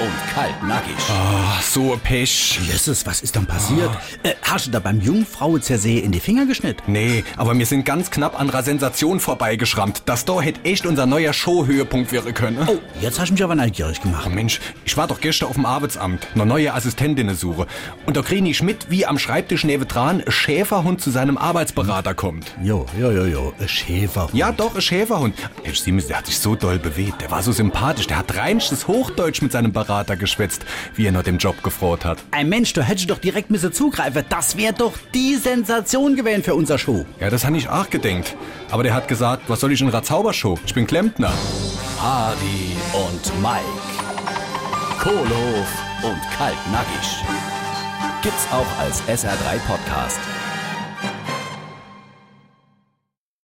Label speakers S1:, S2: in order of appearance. S1: und Kaltnackig.
S2: Ach, so ein Pech.
S3: Oh, Jesus, was ist dann passiert?
S1: Ah.
S3: Äh, hast du da beim Jungfrau zersee in die Finger geschnitten?
S2: Nee, aber wir sind ganz knapp an einer Sensation vorbeigeschrammt. Das da hätte echt unser neuer Showhöhepunkt wäre können.
S3: Oh, jetzt hast du mich aber neugierig gemacht.
S2: Mensch, ich war doch gestern auf dem Arbeitsamt, eine neue Assistentin suche. Und da krieg ich mit, wie am Schreibtisch nebendran ein Schäferhund zu seinem Arbeitsberater kommt.
S3: Jo, jo, jo, jo, ein Schäfer.
S2: Ja, doch, ein Schäferhund. Mensch, Siemens, der hat sich so doll bewegt. Der war so sympathisch. Der hat reinstes Hochdeutsch mit seinem Berater geschwätzt, wie er noch dem Job gefroht hat.
S3: Ein Mensch, da hättest du doch direkt müssen zugreifen. Das wäre doch die Sensation gewesen für unser Show.
S2: Ja, das habe ich auch gedenkt. Aber der hat gesagt, was soll ich in einer Zaubershow? Ich bin Klempner.
S1: Hardy und Mike, Kohlehof und Kaltnackig. Gibt's auch als SR3 Podcast.